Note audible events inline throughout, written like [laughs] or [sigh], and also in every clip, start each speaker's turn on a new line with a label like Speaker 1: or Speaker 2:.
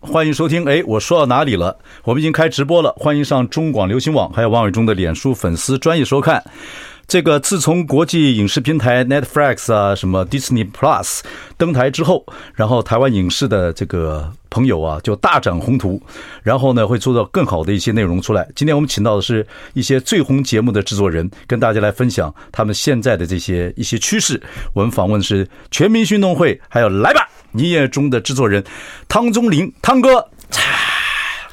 Speaker 1: 欢迎收听。哎，我说到哪里了？我们已经开直播了，欢迎上中广流行网，还有王伟忠的脸书粉丝专业收看。这个自从国际影视平台 Netflix 啊、什么 Disney Plus 登台之后，然后台湾影视的这个朋友啊就大展宏图，然后呢会做到更好的一些内容出来。今天我们请到的是一些最红节目的制作人，跟大家来分享他们现在的这些一些趋势。我们访问的是全民运动会，还有来吧。泥夜中的制作人汤宗林，汤哥，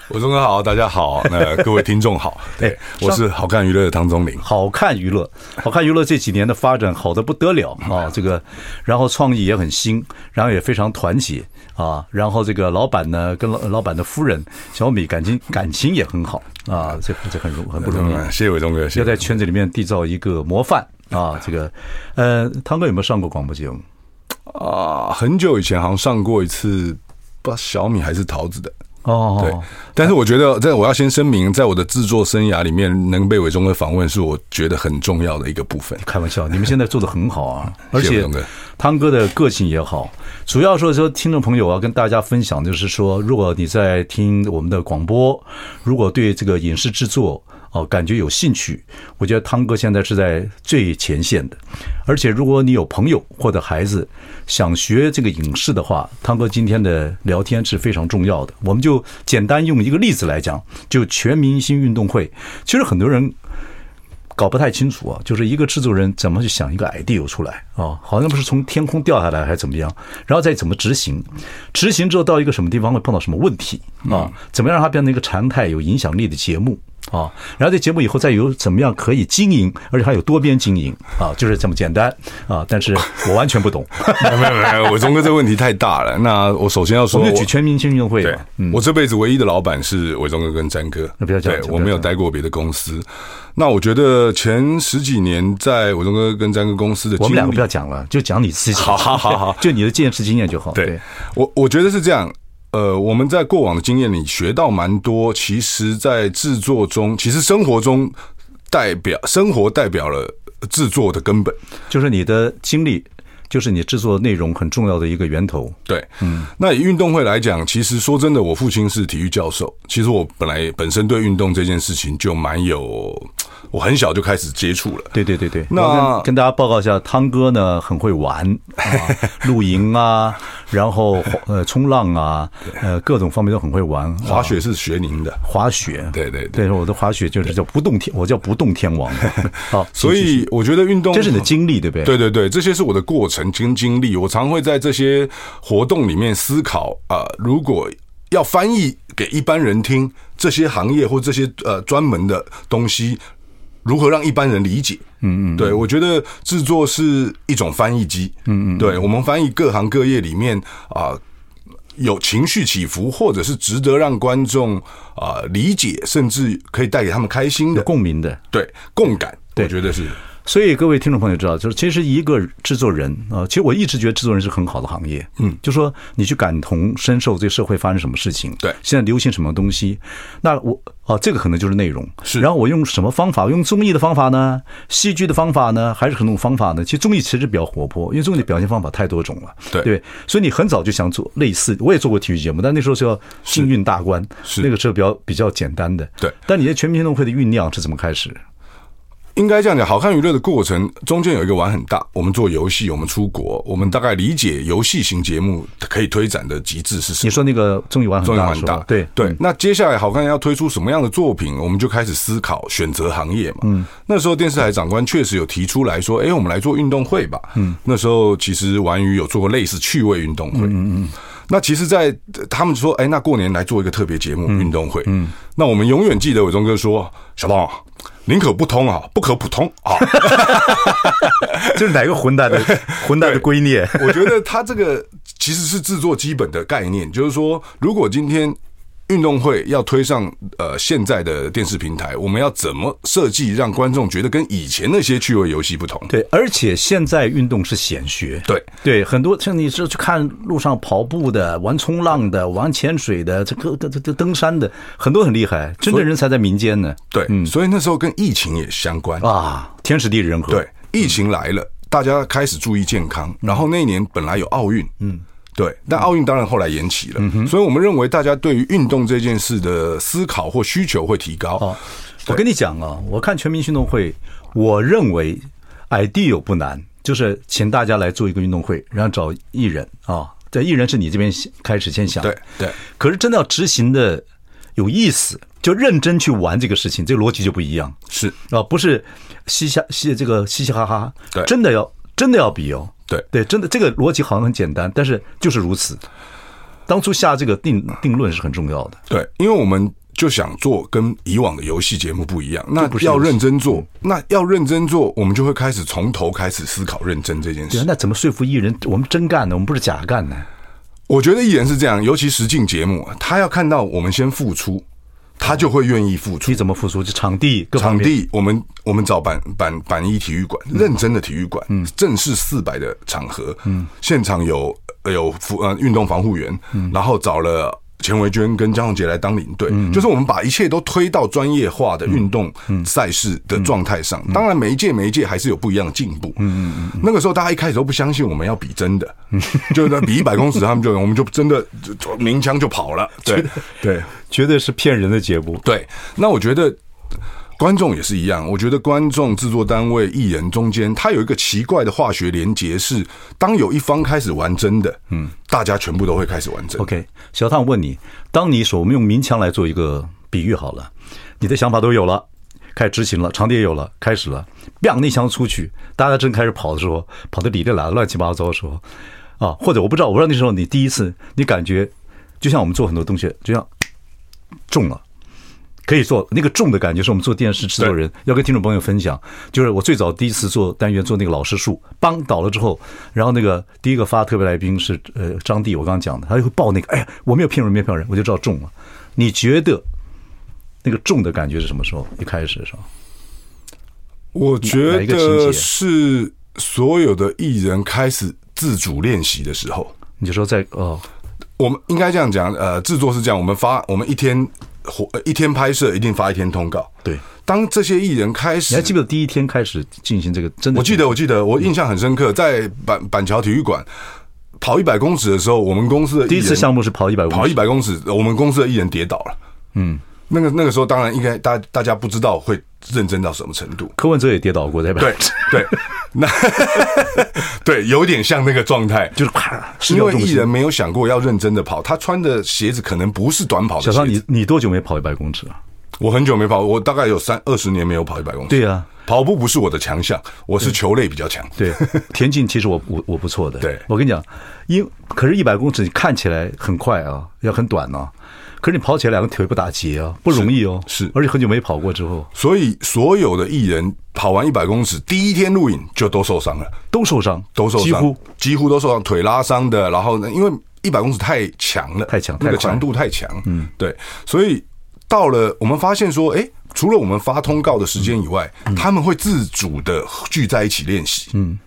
Speaker 2: 我钟哥好，大家好，那各位听众好，
Speaker 1: [laughs]
Speaker 2: 对，我是好看娱乐的唐宗林。
Speaker 1: 好看娱乐，好看娱乐这几年的发展好的不得了啊！这个，然后创意也很新，然后也非常团结啊。然后这个老板呢，跟老老板的夫人小米感情感情也很好啊，这这很容很不容易，
Speaker 2: 嗯，谢谢伟忠哥，谢
Speaker 1: 要
Speaker 2: 谢。
Speaker 1: 在圈子里面缔造一个模范啊。这个，呃，汤哥有没有上过广播节目？
Speaker 2: 啊，很久以前好像上过一次，不知道小米还是桃子的，对
Speaker 1: 哦，。
Speaker 2: 但是我觉得，在我要先声明，在我的制作生涯里面，能被伟忠哥访问是我觉得很重要的一个部分。 [laughs]
Speaker 1: 开玩笑，你们现在做的很好啊，而
Speaker 2: 嗯谢谢
Speaker 1: 且
Speaker 2: 董哥
Speaker 1: 汤哥的个性也好，主要说说听众朋友啊，跟大家分享就是说，如果你在听我们的广播，如果对这个影视制作哦、感觉有兴趣，我觉得汤哥现在是在最前线的，而且如果你有朋友或者孩子想学这个影视的话，汤哥今天的聊天是非常重要的。我们就简单用一个例子来讲，就全明星运动会，其实很多人。搞不太清楚啊，就是一个制作人怎么去想一个 idea 出来啊，好像不是从天空掉下来还是怎么样，然后再怎么执行，执行之后到一个什么地方会碰到什么问题
Speaker 2: 嗯
Speaker 1: 啊，怎么样让它变成一个常态、有影响力的节目啊，然后这节目以后再有怎么样可以经营，而且还有多边经营啊，就是这么简单啊，但是我完全不
Speaker 2: [laughs]
Speaker 1: 懂，
Speaker 2: 没有没有没有，伟忠哥这个问题太大了。那我首先要
Speaker 1: 我
Speaker 2: 说，
Speaker 1: 们就举全明星运动会
Speaker 2: 对
Speaker 1: 嘛，，
Speaker 2: 我这辈子唯一的老板是伟忠哥跟詹哥，
Speaker 1: 嗯那不要这样
Speaker 2: 对
Speaker 1: 不要
Speaker 2: 我没有
Speaker 1: 这
Speaker 2: 待过别的公司。那我觉得前十几年在伟忠哥跟詹哥公司的
Speaker 1: 我
Speaker 2: 经
Speaker 1: 们两个
Speaker 2: 历
Speaker 1: 不，要讲了，就讲你自己，
Speaker 2: 嗯好好好
Speaker 1: [laughs]
Speaker 2: 好，
Speaker 1: 就你的见识经验就好。
Speaker 2: 对，我我觉得是这样。呃，我们在过往的经验里学到蛮多，其实，在制作中，其实生活中代表生活代表了制作的根本。
Speaker 1: 就是你的经历，就是你制作内容很重要的一个源头。
Speaker 2: 对，嗯，那以运动会来讲，其实说真的，我父亲是体育教授，其实我本来本身对运动这件事情就蛮有，我很小就开始接触了。
Speaker 1: 对对对对，
Speaker 2: 那
Speaker 1: 我跟跟大家报告一下，汤哥呢很会
Speaker 2: [laughs]
Speaker 1: 玩，啊、露营啊，然后呃冲浪啊，呃各种方面都很会玩，啊
Speaker 2: 滑雪是学您的，
Speaker 1: 滑雪，
Speaker 2: 对对对
Speaker 1: 对，我的滑雪就是叫不动天，我叫不动天
Speaker 2: [laughs]
Speaker 1: 王。好，
Speaker 2: 所
Speaker 1: 请继续
Speaker 2: 以我觉得运动
Speaker 1: 这是你的经历，对不对？
Speaker 2: 对对对，这些是我的过程跟经历，我常会在这些活动里面思考啊、呃如果要翻译给一般人听，这些行业或这些呃专门的东西。如何让一般人理解？嗯嗯，对我觉得制作是一种翻译机。嗯嗯，对我们翻译各行各业里面啊、有情绪起伏，或者是值得让观众啊、理解，甚至可以带给他们开心的
Speaker 1: 有，共鸣的。
Speaker 2: 对共感，
Speaker 1: 对
Speaker 2: 我觉得是。
Speaker 1: 所以各位听众朋友知道，就是其实一个制作人啊、呃其实我一直觉得制作人是很好的行业，嗯，就说你去感同身受这个社会发生什么事情，
Speaker 2: 对
Speaker 1: 现在流行什么东西，那我啊、这个可能就是内容，
Speaker 2: 是
Speaker 1: 然后我用什么方法？用综艺的方法呢？戏剧的方法呢？还是很多种方法呢？其实综艺其实比较活泼，因为综艺的表现方法太多种了，
Speaker 2: 对
Speaker 1: 对，所以你很早就想做类似，我也做过体育节目，但那时候是要幸运大观，
Speaker 2: 是
Speaker 1: 那个时候比较比较简单的，
Speaker 2: 对
Speaker 1: 但你的全民运动会的酝酿是怎么开始？
Speaker 2: 应该这样讲，好看娱乐的过程中间有一个玩很大。我们做游戏，我们出国，我们大概理解游戏型节目可以推展的极致是什
Speaker 1: 你
Speaker 2: 么。
Speaker 1: 说那个综艺玩
Speaker 2: 作
Speaker 1: 很
Speaker 2: 用
Speaker 1: 大的
Speaker 2: 蛮
Speaker 1: 时
Speaker 2: 大
Speaker 1: 候，，对嗯
Speaker 2: 对。嗯那接下来好看要推出什么样的作品，我们就开始思考选择行业嘛。嗯，那时候电视台长官确实有提出来说，哎，我们来做运动会吧。嗯，那时候其实玩鱼有做过类似趣味运动会。嗯嗯。那其实在，呃他们说，哎，嗯那过年来做一个特别节目，运动会。嗯，那我们永远记得伟忠哥说，小东，宁可不通啊，不可普通啊。
Speaker 1: 这是哪个混蛋
Speaker 2: [laughs]
Speaker 1: 的混蛋的
Speaker 2: 对
Speaker 1: 圭臬？
Speaker 2: [laughs] 我觉得他这个其实是制作基本的概念，就是说，如果今天运动会要推上呃现在的电视平台，我们要怎么设计让观众觉得跟以前那些趣味游戏不同？
Speaker 1: 对，而且现在运动是显学，
Speaker 2: 对
Speaker 1: 对，很多像你是去看路上跑步的、玩冲浪的、玩潜水的、这个这这这登山的，很多很厉害，真正人才在民间呢。嗯
Speaker 2: 对，所以那时候跟疫情也相关。
Speaker 1: 啊，天时地利人和，
Speaker 2: 对，，疫情来了，大家开始注意健康，然后那一年本来有奥运，嗯。对，但奥运当然后来延期了，所以我们认为大家对于运动这件事的思考或需求会提高。
Speaker 1: 哦，我跟你讲啊，我看全民运动会，我认为 idea 不难，就是请大家来做一个运动会，然后找艺人啊，这艺人是你这边先开始先想，
Speaker 2: 对对，
Speaker 1: 可是真的要执行的有意思，就认真去玩这个事情，这个逻辑就不一样
Speaker 2: 是
Speaker 1: 啊，不是嘻哈嘻这个嘻嘻哈哈，
Speaker 2: 对
Speaker 1: 真的要真的要比哦，
Speaker 2: 对
Speaker 1: 对，真的这个逻辑好像很简单，但是就是如此。当初下这个定定论是很重要的，
Speaker 2: 对，因为我们就想做跟以往的游戏节目不一样，那
Speaker 1: 不是游
Speaker 2: 要
Speaker 1: 戏嗯
Speaker 2: 认真做，那要认真做，我们就会开始从头开始思考认真这件
Speaker 1: 对啊
Speaker 2: 事。
Speaker 1: 那怎么说服艺人？我们真干的，我们不是假干的。
Speaker 2: 我觉得艺人是这样，尤其实境节目，他要看到我们先付出，他就会愿意付出
Speaker 1: 你。怎么付出？就场地各方
Speaker 2: 场
Speaker 1: 面。
Speaker 2: 地，我们我们找板板板一体育馆，认真的体育馆，正式四百的场合，现场有有服呃运动防护员，然后找了。钱维娟跟江宏杰来当领队，就是我们把一切都推到专业化的运动赛事的状态上。当然，每一届每一届还是有不一样的进步。嗯嗯嗯。那个时候大家一开始都不相信我们要比真的，就是比一百公尺，他们就我们就真的就就鸣枪就跑了。对 [laughs] 对，
Speaker 1: 绝对是骗人的节目。
Speaker 2: 对，那我觉得观众也是一样。我觉得观众、制作单位、艺人中间，它有一个奇怪的化学连结是，当有一方开始玩真的，嗯，大家全部都会开始玩真的。
Speaker 1: OK，小唐，我问你，当你手我们用鸣枪来做一个比喻好了，你的想法都有了，开始执行了，场地也有了，开始了，bang 那枪出去，大家真开始跑的时候，跑的里里啦乱七八糟的时候，啊，或者我不知道，我不知道那时候你第一次，你感觉就像我们做很多东西，就像中了。可以做那个重的感觉，是我们做电视制作人要跟听众朋友分享。就是我最早第一次做单元做那个老师树，帮倒了之后，然后那个第一个发特别来宾是呃张帝，我刚刚讲的，他就会报那个，哎呀，我没有骗人，没有骗人，我就知道中了。你觉得那个中的感觉是什么时候？一开始的时候，
Speaker 2: 我
Speaker 1: 哪
Speaker 2: 觉
Speaker 1: 一个情
Speaker 2: 得
Speaker 1: 节
Speaker 2: 是所有的艺人开始自主练习的时候。
Speaker 1: 你就说在哦，
Speaker 2: 我们应该这样讲，呃，制作是这样，我们发我们一天活呃一天拍摄，一定发一天通告。
Speaker 1: 对，
Speaker 2: 当这些艺人开
Speaker 1: 你
Speaker 2: 始
Speaker 1: 还记不记得第一天开始进行这个？真的，
Speaker 2: 我记得，我记得，我印象很深刻，在板板桥体育馆跑一百公尺的时候，我们公司的艺人
Speaker 1: 第一次项目是跑一百五，
Speaker 2: 跑一百公尺，我们公司的艺人跌倒了。嗯，那个那个时候，当然应该大大家不知道会认真到什么程度。
Speaker 1: 柯文哲也跌倒过，对吧？ [laughs]
Speaker 2: 对，对，那对有点像那个状态，
Speaker 1: 就是啪，失
Speaker 2: 因
Speaker 1: 掉
Speaker 2: 为
Speaker 1: 重
Speaker 2: 艺
Speaker 1: 心
Speaker 2: 人。没有想过要认真的跑，他穿的鞋子可能不是短跑的
Speaker 1: 小
Speaker 2: 鞋
Speaker 1: 张，
Speaker 2: 子。
Speaker 1: 你你多久没跑一百公尺啊？
Speaker 2: 我很久没跑，我大概有三二十年没有跑一百公尺。
Speaker 1: 对啊
Speaker 2: 跑步不是我的强项，我是球类比较强。
Speaker 1: 对，田径其实我我我不错的。
Speaker 2: 对
Speaker 1: 我跟你讲，因可是，一百公尺你看起来很快啊，要很短呢、可是你跑起来两个腿不打结啊，不容易哦。
Speaker 2: 是是
Speaker 1: 而且很久没跑过之后
Speaker 2: 所以所有的艺人跑完一百公尺，第一天录影就都受伤了，
Speaker 1: 都受伤，
Speaker 2: 都受伤，
Speaker 1: 几乎
Speaker 2: 几乎都受伤，腿拉伤的。然后呢，因为一百公尺太强了，
Speaker 1: 太强
Speaker 2: 那个
Speaker 1: 太快
Speaker 2: 强度太强，嗯，对，所以到了我们发现说，诶，除了我们发通告的时间以外，
Speaker 1: 嗯
Speaker 2: 他们会自主的聚在一起练习，嗯，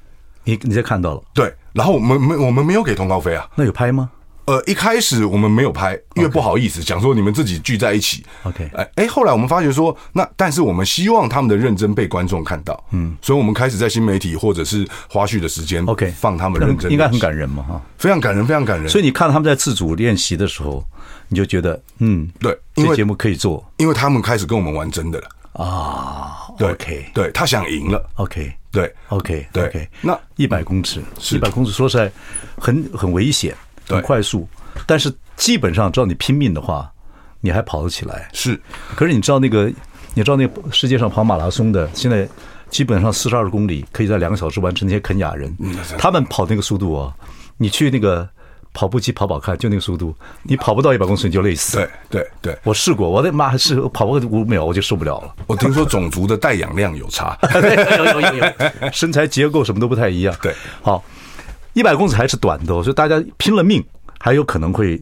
Speaker 1: 你你才看到了，
Speaker 2: 对。然后我们没我们没有给通告费啊，
Speaker 1: 那有拍吗？
Speaker 2: 呃，一开始我们没有拍，因为不好意思，讲说你们自己聚在一起。
Speaker 1: OK
Speaker 2: 哎哎，后来我们发觉说，那但是我们希望他们的认真被观众看到，嗯，所以我们开始在新媒体或者是花絮的时间
Speaker 1: OK，
Speaker 2: 嗯放他们认真，
Speaker 1: 应该很，感人嘛哈。
Speaker 2: 非常感人，非常感人。
Speaker 1: 所
Speaker 2: 以
Speaker 1: 以你看他们在自主练习的时候，你就觉得嗯，
Speaker 2: 对，因
Speaker 1: 这
Speaker 2: 为
Speaker 1: 节目可以做
Speaker 2: 因为他们开始跟我们玩真的了，
Speaker 1: 啊。
Speaker 2: 对
Speaker 1: OK
Speaker 2: 对他想赢了，
Speaker 1: OK
Speaker 2: 对
Speaker 1: OK
Speaker 2: 对
Speaker 1: OK，
Speaker 2: 那
Speaker 1: 一百公尺，
Speaker 2: 是
Speaker 1: 一百公尺说实在很很危险，
Speaker 2: 对
Speaker 1: 很快速，但是基本上只要你拼命的话，你还跑得起来。
Speaker 2: 是
Speaker 1: 可是你知道那个，你知道那个世界上跑马拉松的，现在基本上四十二
Speaker 2: 嗯
Speaker 1: 哦公里可以在两个小时完成。那些肯雅人，他们跑那个速度啊，你去那个跑步机跑跑看，就那个速度，你跑不到一百公尺你就累死。
Speaker 2: 对对对，
Speaker 1: 我试过，我的妈是跑个五秒我就受不了了。
Speaker 2: 我听说种族的带氧量
Speaker 1: [laughs]
Speaker 2: 有差，
Speaker 1: 有有有有，身材结构什么都不太一样。
Speaker 2: 对，
Speaker 1: 好，一百公尺还是短的哦，所以大家拼了命还有可能会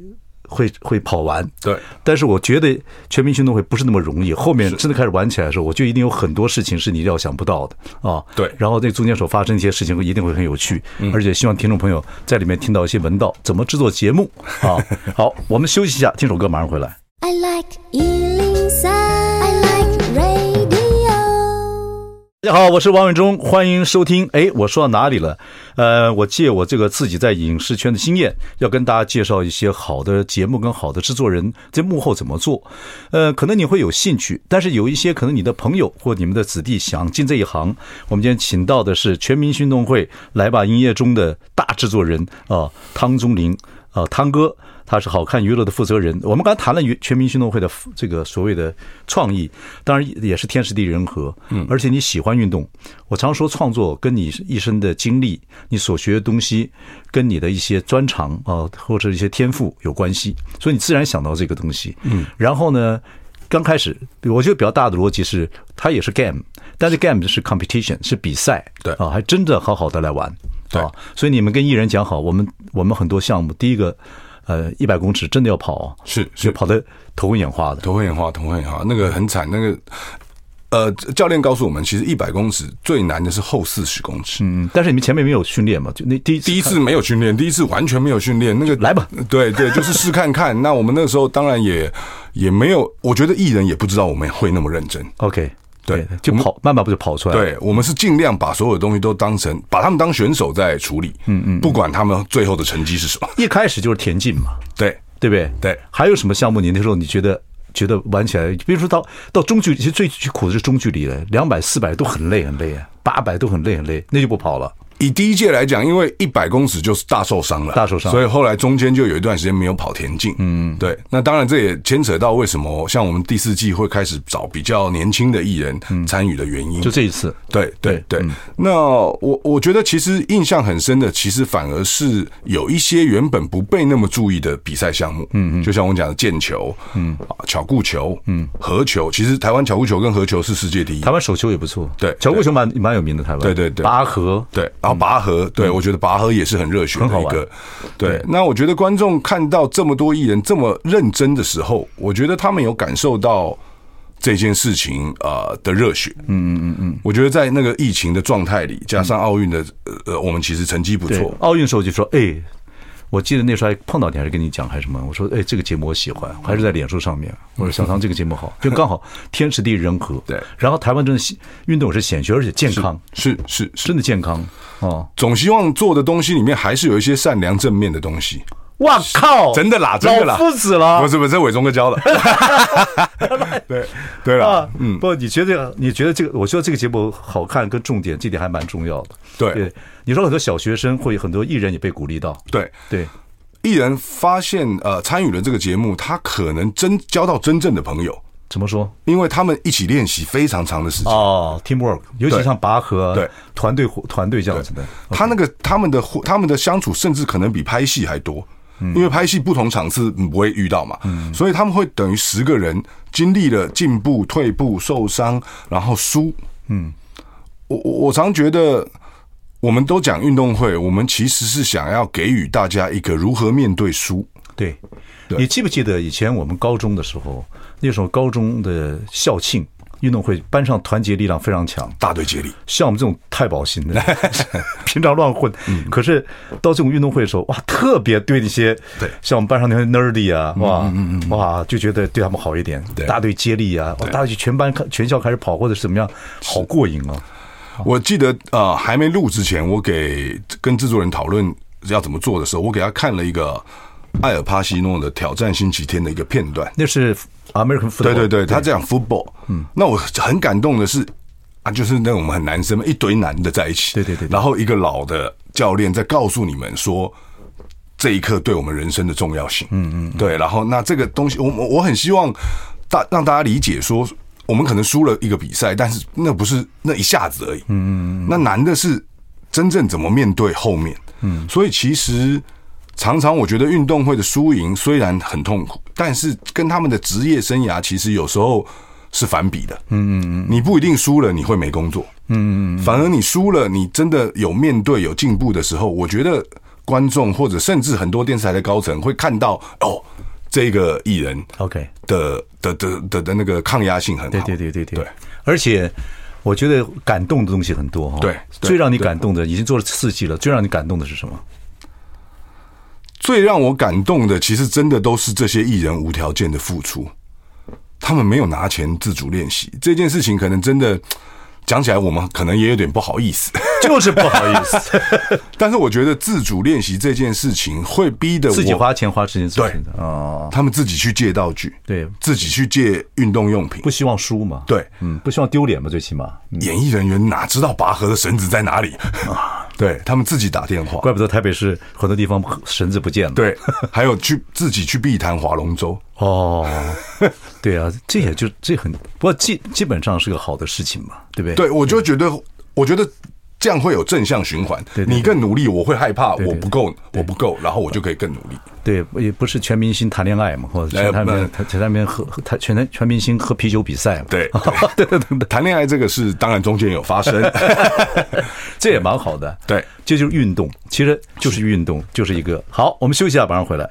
Speaker 1: 会会跑完。
Speaker 2: 对
Speaker 1: 但是我觉得全民运动会不是那么容易，后面真的开始玩起来的时候，我觉得一定有很多事情是你意料想不到的啊。
Speaker 2: 对
Speaker 1: 然后这中间所发生一些事情，一定会很有趣，而且希望听众朋友在里面听到一些文道，怎么制作节目 [laughs] 啊。好，我们休息一下，听首歌，马上回来。
Speaker 3: I like Ealing Sound. I like radio.
Speaker 1: 大家好，我是王伟忠，欢迎收听。哎，我说到哪里了？呃，我借我这个自己在影视圈的经验，要跟大家介绍一些好的节目跟好的制作人在幕后怎么做。呃，可能你会有兴趣，但是有一些可能你的朋友或你们的子弟想进这一行，我们今天请到的是全民运动会来吧营业中的大制作人啊、汤宗林啊、汤哥。他是好看娱乐的负责人。我们刚才谈了全民运动会的这个所谓的创意，当然也是天时地利人和。嗯，而且你喜欢运动，我常说创作跟你一生的经历、你所学的东西，跟你的一些专长啊、或者一些天赋有关系，所以你自然想到这个东西。嗯，然后呢？刚开始，我觉得比较大的逻辑是，它也是 game，但是 game 是 competition，是比赛，
Speaker 2: 对
Speaker 1: 啊，还真的好好的来玩，
Speaker 2: 对
Speaker 1: 啊，所以你们跟艺人讲好，我们我们很多项目，第一个，呃，一百公尺真的要跑，
Speaker 2: 是是
Speaker 1: 就跑得头昏眼花的，
Speaker 2: 头昏眼花，头昏眼花，那个很惨，那个。呃，教练告诉我们，其实一百公尺最难的是后四十公尺。
Speaker 1: 嗯，但是你们前面没有训练嘛，就那第一
Speaker 2: 第一次没有训练，第一次完全没有训练，那个
Speaker 1: 来吧，
Speaker 2: 对对，就是试看看。那我们那时候当然也也没有，我觉得艺人也不知道我们会那么认真。
Speaker 1: ，OK，
Speaker 2: 对
Speaker 1: 就跑慢慢不就跑出来，，
Speaker 2: 对我们是尽量把所有东西都当成把他们当选手在处理，嗯嗯，不管他们最后的成绩是什么。
Speaker 1: 一开始就是田径嘛，
Speaker 2: 对，
Speaker 1: 对不对？
Speaker 2: 对
Speaker 1: 还有什么项目？你那时候你觉得觉得玩起来，比如说到到中距离，其实最苦的是中距离了，两百、四百都很累很累啊，八百都很累很累，那就不跑了。
Speaker 2: 以第一届来讲，因为一百公尺就是大受伤了，
Speaker 1: 大受伤
Speaker 2: 所以后来中间就有一段时间没有跑田径。嗯，对。那当然，这也牵扯到为什么像我们第四季会开始找比较年轻的艺人参与的原因。
Speaker 1: 就这一次，
Speaker 2: 对对嗯对，那我我觉得其实印象很深的，其实反而是有一些原本不被那么注意的比赛项目，嗯嗯，就像我讲的毽球，嗯啊，巧固球，嗯，合球，其实台湾巧固球跟合球是世界第一
Speaker 1: 台，湾手球也不错，
Speaker 2: 对
Speaker 1: 小固球蛮蛮有名的，台湾，
Speaker 2: 对对对
Speaker 1: 拔河，
Speaker 2: 对，然后拔河，对我觉得拔河也是很热血的
Speaker 1: 很好
Speaker 2: 一
Speaker 1: 玩
Speaker 2: 个，对。那我觉得观众看到这么多艺人这么认真的时候，我觉得他们有感受到。这件事情呃的热血，嗯嗯嗯嗯，我觉得在那个疫情的状态里，加上奥运的呃呃，我们其实成绩不
Speaker 1: 对
Speaker 2: 错，，
Speaker 1: 奥运时候就说，哎。我记得那时候还碰到你，还是跟你讲还是什么？我说，哎，这个节目我喜欢，还是在脸书上
Speaker 2: 嗯
Speaker 1: 面。我说，小唐这个节目
Speaker 2: [laughs]
Speaker 1: 好，就刚好天时地利人和。
Speaker 2: 对
Speaker 1: 然后台湾真的是运动是显学，而且健康，
Speaker 2: 是是是，
Speaker 1: 真的健康哦。
Speaker 2: 总希望做的东西里面还是有一些善良正面的东西。
Speaker 1: 哇靠！
Speaker 2: 真的啦，真的啦，
Speaker 1: 老夫子了，
Speaker 2: 不是不是，这伟忠哥教的。 [laughs] 对对啦
Speaker 1: 啊，，嗯，不，你觉得这个？你觉得这个？我觉得这个节目好看跟重点，这点还蛮重要的。
Speaker 2: 对
Speaker 1: 你说很多小学生或者很多艺人也被鼓励到，
Speaker 2: 对，
Speaker 1: 对，
Speaker 2: 艺人发现呃参与了这个节目，他可能真交到真正的朋友，
Speaker 1: 怎么说？
Speaker 2: 因为他们一起练习非常长的时间。
Speaker 1: 哦，teamwork，尤其
Speaker 2: 对
Speaker 1: 像拔河，
Speaker 2: 对，
Speaker 1: 团队活团队这样子的，
Speaker 2: 他那个他们的互他们的相处，甚至可能比拍戏还多，因为拍戏不同场次嗯不会遇到嘛，所以他们会等于十个人经历了进步、退步、受伤，然后输。嗯，我我我常觉得，我们都讲运动会，我们其实是想要给予大家一个如何面对输。
Speaker 1: 对。
Speaker 2: 对
Speaker 1: 你记不记得以前我们高中的时候，那时候高中的校庆运动会，班上团结力量非常强，
Speaker 2: 大队接力，
Speaker 1: 像我们这种太保型
Speaker 2: [laughs]
Speaker 1: 的，平常乱混，
Speaker 2: 嗯
Speaker 1: 可是到这种运动会的时候，哇，特别对那些
Speaker 2: 对嗯
Speaker 1: 像我们班上那些 nerdy 啊，哇哇，就觉得对他们好一点，
Speaker 2: 对
Speaker 1: 大队接力啊，哇大队全班看全校开始跑或者是怎么样，好过瘾啊！
Speaker 2: 我记得呃还没录之前，我给跟制作人讨论要怎么做的时候，我给他看了一个艾尔帕西诺的挑战星期天的一个片段。
Speaker 1: 那是 American football，
Speaker 2: 对对对，他讲 football，嗯，那我很感动的是啊，就是那种我们很男生嘛，一堆男的在一起，
Speaker 1: 对对对对
Speaker 2: 然后一个老的教练在告诉你们说。这一刻对我们人生的重要性，嗯嗯，对。然后那这个东西，我我我很希望大让大家理解说，我们可能输了一个比赛，但是那不是那一下子而已，嗯嗯嗯。那难的是真正怎么面对后面，嗯。所以其实常常我觉得运动会的输赢虽然很痛苦，但是跟他们的职业生涯其实有时候是反比的。嗯嗯嗯，你不一定输了你会没工作，嗯嗯，反而你输了，你真的有面对有进步的时候，我觉得观众或者甚至很多电视台的高层会看到哦，这个艺人
Speaker 1: OK，
Speaker 2: 的的的的的那个抗压性很好。
Speaker 1: 对对对对对
Speaker 2: 对，
Speaker 1: 而且我觉得感动的东西很多哈。
Speaker 2: 对对
Speaker 1: 最让你感动的已经做了四季了，最让你感动的是什么？ [laughs]
Speaker 2: 最让我感动的，其实真的都是这些艺人无条件的付出，他们没有拿钱自主练习这件事情，可能真的讲起来我们可能也有点不好意思， [laughs]
Speaker 1: 就是不好意思，
Speaker 2: 但是我觉得自主练习这件事情会逼 [laughs] 得我
Speaker 1: 自己花钱花时间做的哦，
Speaker 2: 他们自己去借道具，
Speaker 1: 对
Speaker 2: 自己去借运动用品
Speaker 1: 不，希望输嘛。
Speaker 2: 对
Speaker 1: 嗯，不希望丢脸嘛，最起码。
Speaker 2: 演艺人员哪知道拔河的绳子在哪里？
Speaker 1: 啊
Speaker 2: [laughs] 对他们自己打电话，
Speaker 1: 怪不得台北市很多地方绳子不见了。
Speaker 2: 对， [laughs] 还有去自己去碧潭划龙舟，
Speaker 1: 哦， [laughs] 对啊，这也就这很，不过基基本上是个好的事情嘛，对不对？
Speaker 2: 对，我就觉得，我觉得这样会有正向循环。
Speaker 1: 对对
Speaker 2: 你更努力，我会害怕
Speaker 1: 对对
Speaker 2: 我不够，我不够，然后我就可以更努力。
Speaker 1: 对也不是全明星谈恋爱嘛，或者
Speaker 2: 哎
Speaker 1: 全台
Speaker 2: 不
Speaker 1: 面全台面喝喝全台全明星喝啤酒比赛嘛， [laughs]
Speaker 2: 对，对对对，谈恋爱这个事，当然中间有发生。
Speaker 1: 这也蛮好的。
Speaker 2: 对
Speaker 1: 这就是运动，其实就是运动，就是一个好。我们休息一下，马上回来。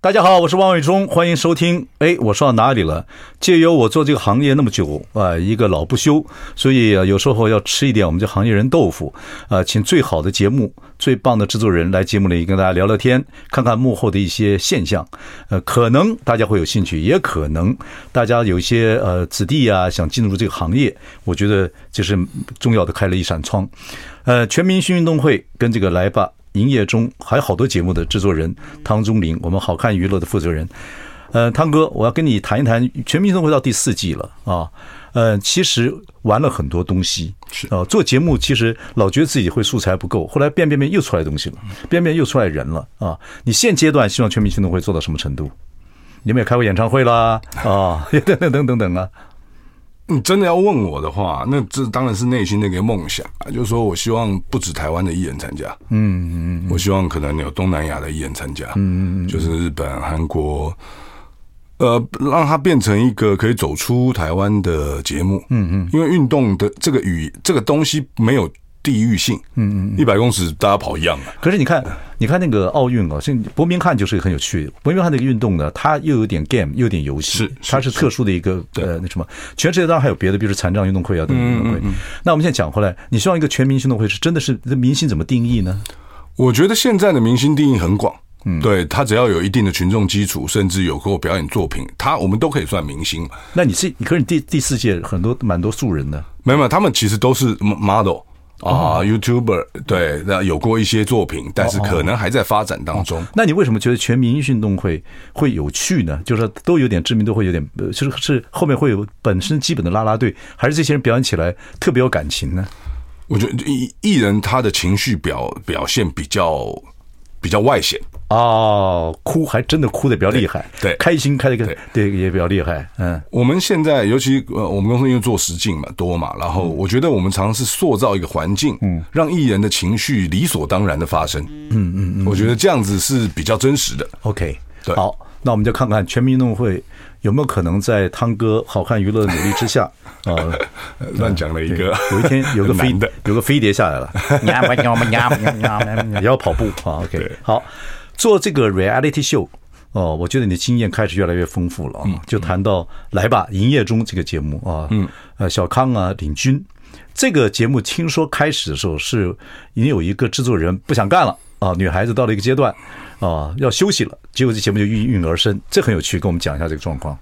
Speaker 1: 大家好，我是王伟忠，欢迎收听。哎，我说到哪里了？借由我做这个行业那么久啊、呃一个老不休，所以、呃有时候要吃一点我们这行业人豆腐啊、呃请最好的节目、最棒的制作人来节目里跟大家聊聊天，看看幕后的一些现象。呃，可能大家会有兴趣，也可能大家有一些呃子弟啊想进入这个行业，我觉得这是重要的开了一扇窗。呃，全明星运动会跟这个来吧营业中还有好多节目的制作人汤中林，我们好看娱乐的负责人。呃，汤哥，我要跟你谈一谈《全民运动会》到第四季了啊。呃，其实玩了很多东西，
Speaker 2: 是
Speaker 1: 啊、做节目其实老觉得自己会素材不够，后来变变变又出来东西了，变变又出来人了啊。你现阶段希望全民运动会做到什么程度？你们也开过演唱会啦啊， [laughs] 等等等等等啊，
Speaker 2: 你真的要问我的话，那这当然是内心的一个梦想啊，就是说我希望不止台湾的艺人参加，嗯嗯，我希望可能有东南亚的艺人参加，嗯嗯，就是日本、韩国，呃，让它变成一个可以走出台湾的节目，嗯嗯，因为运动的这个语这个东西没有地域性，嗯嗯，一百公尺大家跑一样啊，
Speaker 1: 可是你看，你看那个奥运啊，像伯明翰就是很有趣。伯明翰那个运动呢，它又有点 game，又有点游戏，
Speaker 2: 是是
Speaker 1: 它是特殊的一个呃那什么。全世界当然还有别的，比如说残障运动会啊等等运动
Speaker 2: 嗯
Speaker 1: 会。那我们现在讲回来，你希望一个全民运动会是真的是这明星怎么定义呢？
Speaker 2: 我觉得现在的明星定义很广，嗯，对他只要有一定的群众基础，甚至有过表演作品，他我们都可以算明星啊嘛。
Speaker 1: 那你是可是你第第四届很多蛮多素人的，
Speaker 2: 没有，没有，他们其实都是 mo- model 啊、y o u t u b e r 对，那有过一些作品，但是可能还在发展当中。
Speaker 1: 那你为什么觉得全民运动会会有趣呢？就是说都有点知名度，会有点呃就是是后面会有本身基本的啦啦队，还是这些人表演起来特别有感情呢？
Speaker 2: 我觉得艺艺人他的情绪表表现比较比较外显，
Speaker 1: 哦，哭还真的哭的比较厉害，
Speaker 2: 对对
Speaker 1: 开心开的个
Speaker 2: 对
Speaker 1: 对也比较厉害，嗯，
Speaker 2: 我们现在尤其呃，我们公司因为做实境嘛多嘛，然后我觉得我们尝试塑造一个环境，嗯，让艺人的情绪理所当然的发生，嗯嗯嗯，我觉得这样子是比较真实的。
Speaker 1: OK，
Speaker 2: 对
Speaker 1: 好，那我们就看看全民运动会有没有可能在汤哥好看娱乐的努力之
Speaker 2: [laughs]
Speaker 1: 下，啊、
Speaker 2: 呃乱讲了一个，
Speaker 1: [laughs] 有一
Speaker 2: [laughs]
Speaker 1: 天有个飞
Speaker 2: 男的
Speaker 1: 有个飞碟下来了，也要跑步啊。OK，好，做这个 reality show 哦，我觉得你的经验开始越来越丰富了
Speaker 2: 嗯
Speaker 1: 啊。就谈到来吧，营业中这个节目啊，嗯，呃，小康啊，领军这个节目，听说开始的时候是你有一个制作人不想干了。啊，女孩子到了一个阶段，啊，要休息了，结果这节目就应运而生，这很有趣，跟我们讲一下这个状况。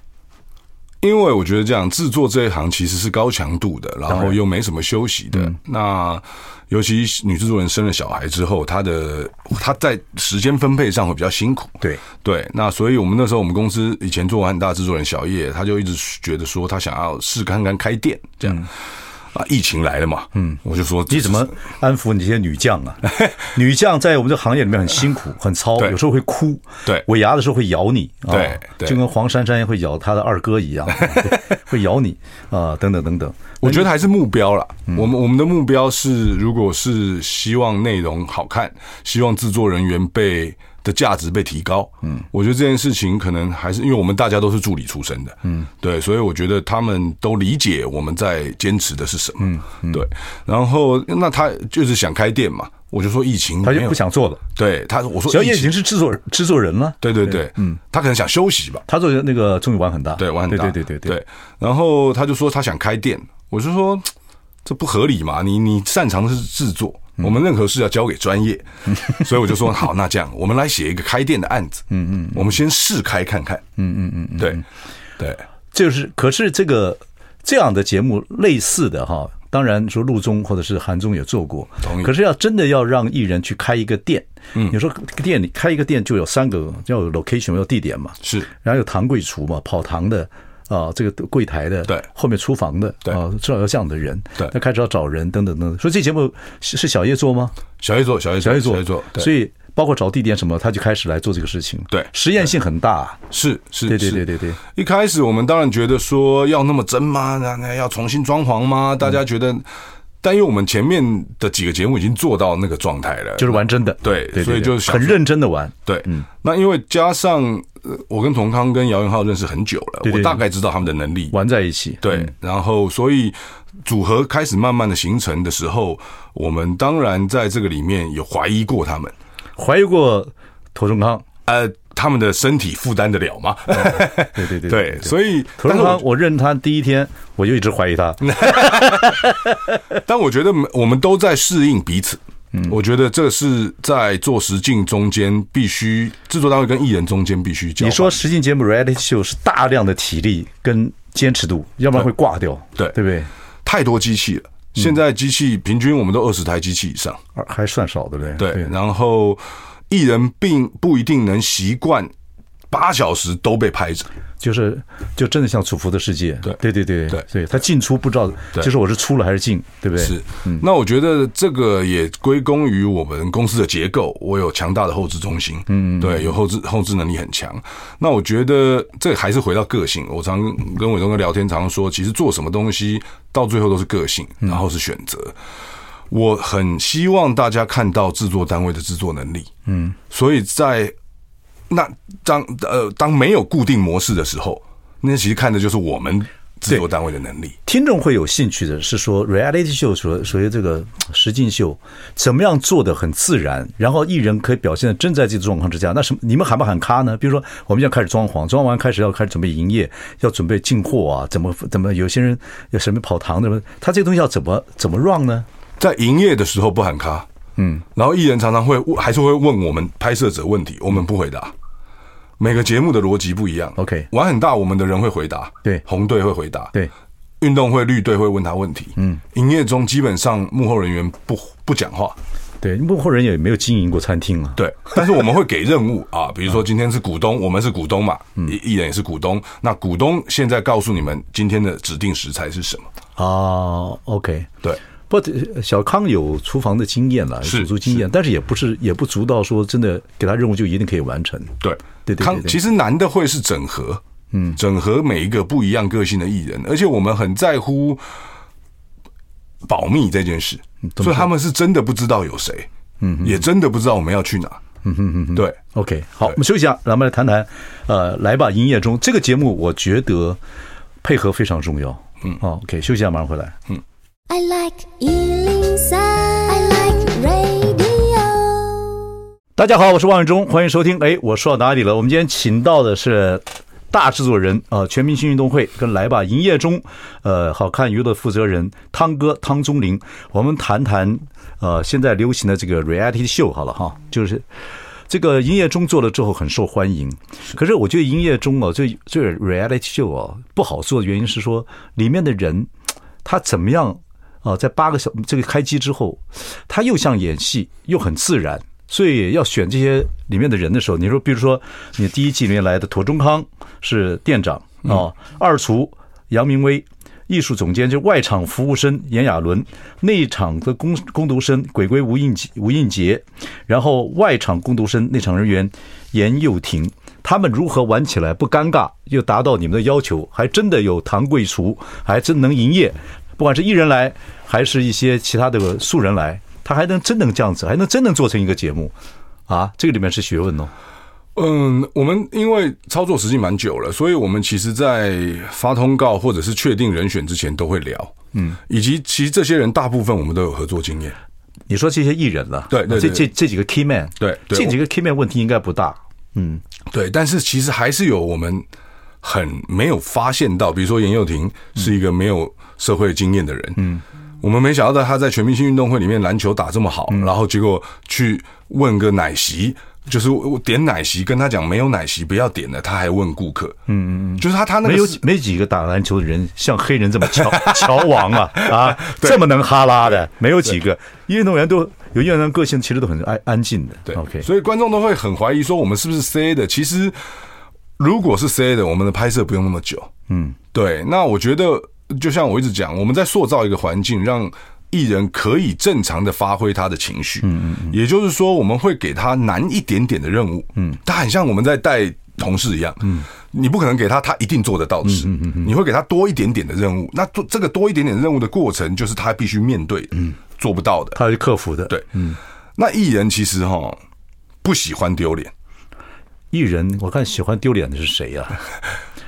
Speaker 2: 因为我觉得这样制作这一行其实是高强度的，然后又没什么休息的。
Speaker 1: 嗯
Speaker 2: 那尤其女制作人生了小孩之后，她的她在时间分配上会比较辛苦。
Speaker 1: 对
Speaker 2: 对，那所以我们那时候我们公司以前做完很大制作人小叶，他就一直觉得说他想要试看看开店这样。啊，疫情来了嘛，嗯，我就说
Speaker 1: 嗯你怎么 [laughs] 安抚你这些女将
Speaker 2: [laughs]
Speaker 1: 啊？女将在我们这行业里面很辛苦、很操，
Speaker 2: 对
Speaker 1: 有时候会哭，
Speaker 2: 对
Speaker 1: 尾牙的时候会咬你，啊
Speaker 2: 对对
Speaker 1: 就跟黄珊珊会咬她的二哥
Speaker 2: [laughs]
Speaker 1: 一样，对会咬你啊，等等等等。
Speaker 2: 我觉得还是目标啦。我们我们的目标是，如果是希望内容好看，希望制作人员被的价值被提高。嗯，我觉得这件事情可能还是因为我们大家都是助理出身的。嗯，对，所以我觉得他们都理解我们在坚持的是什么。嗯，对。然后那他就是想开店嘛，我就说疫情
Speaker 1: 她
Speaker 2: 没
Speaker 1: 就
Speaker 2: 有
Speaker 1: 不想做了，
Speaker 2: 对他，我说
Speaker 1: 只要
Speaker 2: 疫
Speaker 1: 叶已
Speaker 2: 情，
Speaker 1: 经是制作制作人了，
Speaker 2: 对对对，嗯，他可能想休息吧。
Speaker 1: 他做那个综艺玩很大，
Speaker 2: 对，玩很大，
Speaker 1: 对对对对
Speaker 2: 对。然后他就说他想开店，我就说嘖这不合理嘛，你你擅长的是制作，
Speaker 1: 嗯
Speaker 2: 我们任何事要交给
Speaker 1: [laughs]
Speaker 2: 专业，所以我就说好，那这样我们来写一个开店的案子，嗯嗯，我们先试开看看，嗯嗯嗯，对对
Speaker 1: 就是，可是这个这样的节目类似的哈，当然说陆中或者是韩中也做过
Speaker 2: 同，意
Speaker 1: 可是要真的要让艺人去开一个店，嗯，你说店里开一个店就有三个，要有 location 要有地点嘛，
Speaker 2: 是，
Speaker 1: 然后有堂柜厨嘛，跑堂的。啊，这个柜台的，
Speaker 2: 对
Speaker 1: 后面厨房的，
Speaker 2: 对
Speaker 1: 啊，至少要这样的人，
Speaker 2: 对
Speaker 1: 那开始要找人，等等等等。所以这节目是是小叶做吗？
Speaker 2: 小叶做，小叶
Speaker 1: 小叶做，
Speaker 2: 小叶做，对
Speaker 1: 所以包括找地点什么，他就开始来做这个事情，
Speaker 2: 对
Speaker 1: 实验性很大，啊
Speaker 2: 是是，
Speaker 1: 对对对
Speaker 2: 是
Speaker 1: 对对，
Speaker 2: 一开始我们当然觉得说要那么真吗？那那要重新装潢吗？大
Speaker 1: 嗯
Speaker 2: 家觉得，但因为我们前面的几个节目已经做到那个状态了，
Speaker 1: 就是玩真的，
Speaker 2: 对所以就是想
Speaker 1: 很
Speaker 2: 说
Speaker 1: 认真的玩，
Speaker 2: 对，
Speaker 1: 嗯
Speaker 2: 那因为加上呃我跟童康跟姚元浩认识很久了，
Speaker 1: 对对嗯
Speaker 2: 我大概知道他们的能力。
Speaker 1: 玩在一起。
Speaker 2: 对，然后所以组合开始慢慢的形成的时候，我们当然在这个里面有怀疑过他们，
Speaker 1: 怀疑过涂仲康，
Speaker 2: 呃，他们的身体负担得了吗？
Speaker 1: 哦
Speaker 2: [laughs]
Speaker 1: 对对对
Speaker 2: 对，所以
Speaker 1: 涂
Speaker 2: 但
Speaker 1: 仲
Speaker 2: 是
Speaker 1: 康，
Speaker 2: 我
Speaker 1: 我认他第一天我就一直怀疑
Speaker 2: [laughs]
Speaker 1: 他，
Speaker 2: 但我觉得没我们都在适应彼此。
Speaker 1: 嗯
Speaker 2: 我觉得这是在做实境中间必须制作单位跟艺人中间必须交换。
Speaker 1: 你说实境节目 reality show 是大量的体力跟坚持度，要不然会挂掉，
Speaker 2: 对
Speaker 1: 对不对？
Speaker 2: 太多机器了，
Speaker 1: 嗯
Speaker 2: 现在机器平均我们都二十台机器以上。
Speaker 1: 而还算少，对不对？
Speaker 2: 对，然后艺人并不一定能习惯八小时都被拍着，
Speaker 1: 就是就真的像楚服的世界，
Speaker 2: 对
Speaker 1: 对对对
Speaker 2: 对
Speaker 1: 所以他进出不知道，
Speaker 2: 对
Speaker 1: 就是我是出了还是进，对不对？
Speaker 2: 是。那我觉得这个也归功于我们公司的结构，我有强大的后置中心，嗯，对，有后置后置能力很强。那我觉得这还是回到个性，我常跟伟忠哥聊天，常常说，其实做什么东西到最后都是个性，然后是选择。我很希望大家看到制作单位的制作能力，嗯，所以在那当呃当没有固定模式的时候，那其实看的就是我们制作单位的能力。
Speaker 1: 听众会有兴趣的是说，reality show 所所谓这个呃实境秀，怎么样做的很自然，然后艺人可以表现的真在这个状况之下。那什么，你们喊不喊咖呢？比如说，我们要开始装潢，装完开始要开始准备营业，要准备进货啊，怎么怎么？有些人要什么跑堂的，他这个东西要怎么怎么 run 呢？
Speaker 2: 在营业的时候不喊卡，嗯，然后艺人常常会还是会问我们拍摄者问题，我们不回答。每个节目的逻辑不一样
Speaker 1: OK
Speaker 2: 玩很大，我们的人会回答，
Speaker 1: 对
Speaker 2: 红队会回答，
Speaker 1: 对，
Speaker 2: 运动会绿队会问他问题，嗯，营业中基本上幕后人员不不讲话，
Speaker 1: 对，幕后人也没有经营过餐厅啊。
Speaker 2: 对，但是我们会给任务 [laughs] 啊，比如说今天是股东，我们是股东嘛，艺艺人也是股东，那股东现在告诉你们今天的指定食材是什么，
Speaker 1: 啊，OK，
Speaker 2: 对，
Speaker 1: 不，呃小康有厨房的经验了，有
Speaker 2: 是
Speaker 1: 煮足经验，但是也不是也不足到说真的给他任务就一定可以完成。
Speaker 2: 对
Speaker 1: 对对对
Speaker 2: 康
Speaker 1: 对
Speaker 2: 其实难的会是整合，嗯，整合每一个不一样个性的艺人，而且我们很在乎保密这件事，
Speaker 1: 嗯怎么说
Speaker 2: 所以他们是真的不知道有谁，嗯，也真的不知道我们要去哪，嗯嗯嗯，对，
Speaker 1: OK，好，
Speaker 2: 对
Speaker 1: 我们休息一下，咱们来谈谈，呃，来吧，营业中这个节目，我觉得配合非常重要。嗯，好，OK，休息一下，马上回来。
Speaker 3: I like Ealing Sound. I like radio.
Speaker 1: 大家好，我是王永忠，欢迎收听。哎，我说到哪里了？我们今天请到的是大制作人啊、呃全明星运动会跟来吧营业中，呃，好看娱乐负责人汤哥汤宗霖。我们谈谈呃现在流行的这个 reality show 好了哈，就是这个营业中做了之后很受欢迎。可是我觉得营业中哦，最最 reality show 哦不好做的原因是说里面的人他怎么样啊，在八个小这个开机之后，他又像演戏，又很自然，所以要选这些里面的人的时候，你说，比如说你第一季里面来的妥中康是店长啊、哦二厨杨明威，艺术总监就外场服务生炎亚纶，内场的工工读生鬼鬼吴应杰吴应杰，然后外场工读生内场人员严幼婷。他们如何玩起来不尴尬，又达到你们的要求，还真的有堂贵厨，还真能营业。不管是艺人来，还是一些其他的素人来，他还能真能这样子，还能真能做成一个节目啊！这个里面是学问哦。
Speaker 2: 嗯，我们因为操作时间蛮久了，所以我们其实，在发通告或者是确定人选之前都会聊，嗯，以及其实这些人大部分我们都有合作经验，
Speaker 1: 你说这些艺人了，
Speaker 2: 对对对
Speaker 1: 这这这几个 key man，
Speaker 2: 对对
Speaker 1: 这几个 key man 问题应该不大。嗯，
Speaker 2: 对，但是其实还是有我们很没有发现到，比如说严幼婷是一个没有社会经验的人，嗯，我们没想到他在全明星运动会里面篮球打这么好，然后结果去问个奶昔。就是我点奶昔，跟他讲没有奶昔不要点了，他还问顾客，嗯嗯嗯，就是他他那个
Speaker 1: 没有
Speaker 2: 是
Speaker 1: 没几个打篮球的人像黑人这么乔 [laughs] 乔王啊
Speaker 2: [laughs]
Speaker 1: 啊，这么能哈拉的，没有几个。运动员都有运动员个性，其实都很安安静的。
Speaker 2: 对
Speaker 1: ，OK，
Speaker 2: 所以观众都会很怀疑说我们是不是 C 的。其实如果是 C 的，我们的拍摄不用那么久。
Speaker 1: 嗯，
Speaker 2: 对。那我觉得，就像我一直讲，我们在塑造一个环境，让艺人可以正常的发挥他的情绪。嗯嗯。也就是说，我们会给他难一点点的任务。嗯，他很像我们在带同事一样。嗯。你不可能给他他一定做得到的事，你会给他多一点点的任务。那做这个多一点点任务的过程，就是他必须面对的，做不到的。
Speaker 1: 他是克服的。
Speaker 2: 对，嗯，那艺人其实哈不喜欢丢脸，
Speaker 1: 艺人，我看喜欢丢脸的是谁
Speaker 2: [laughs]
Speaker 1: 呀、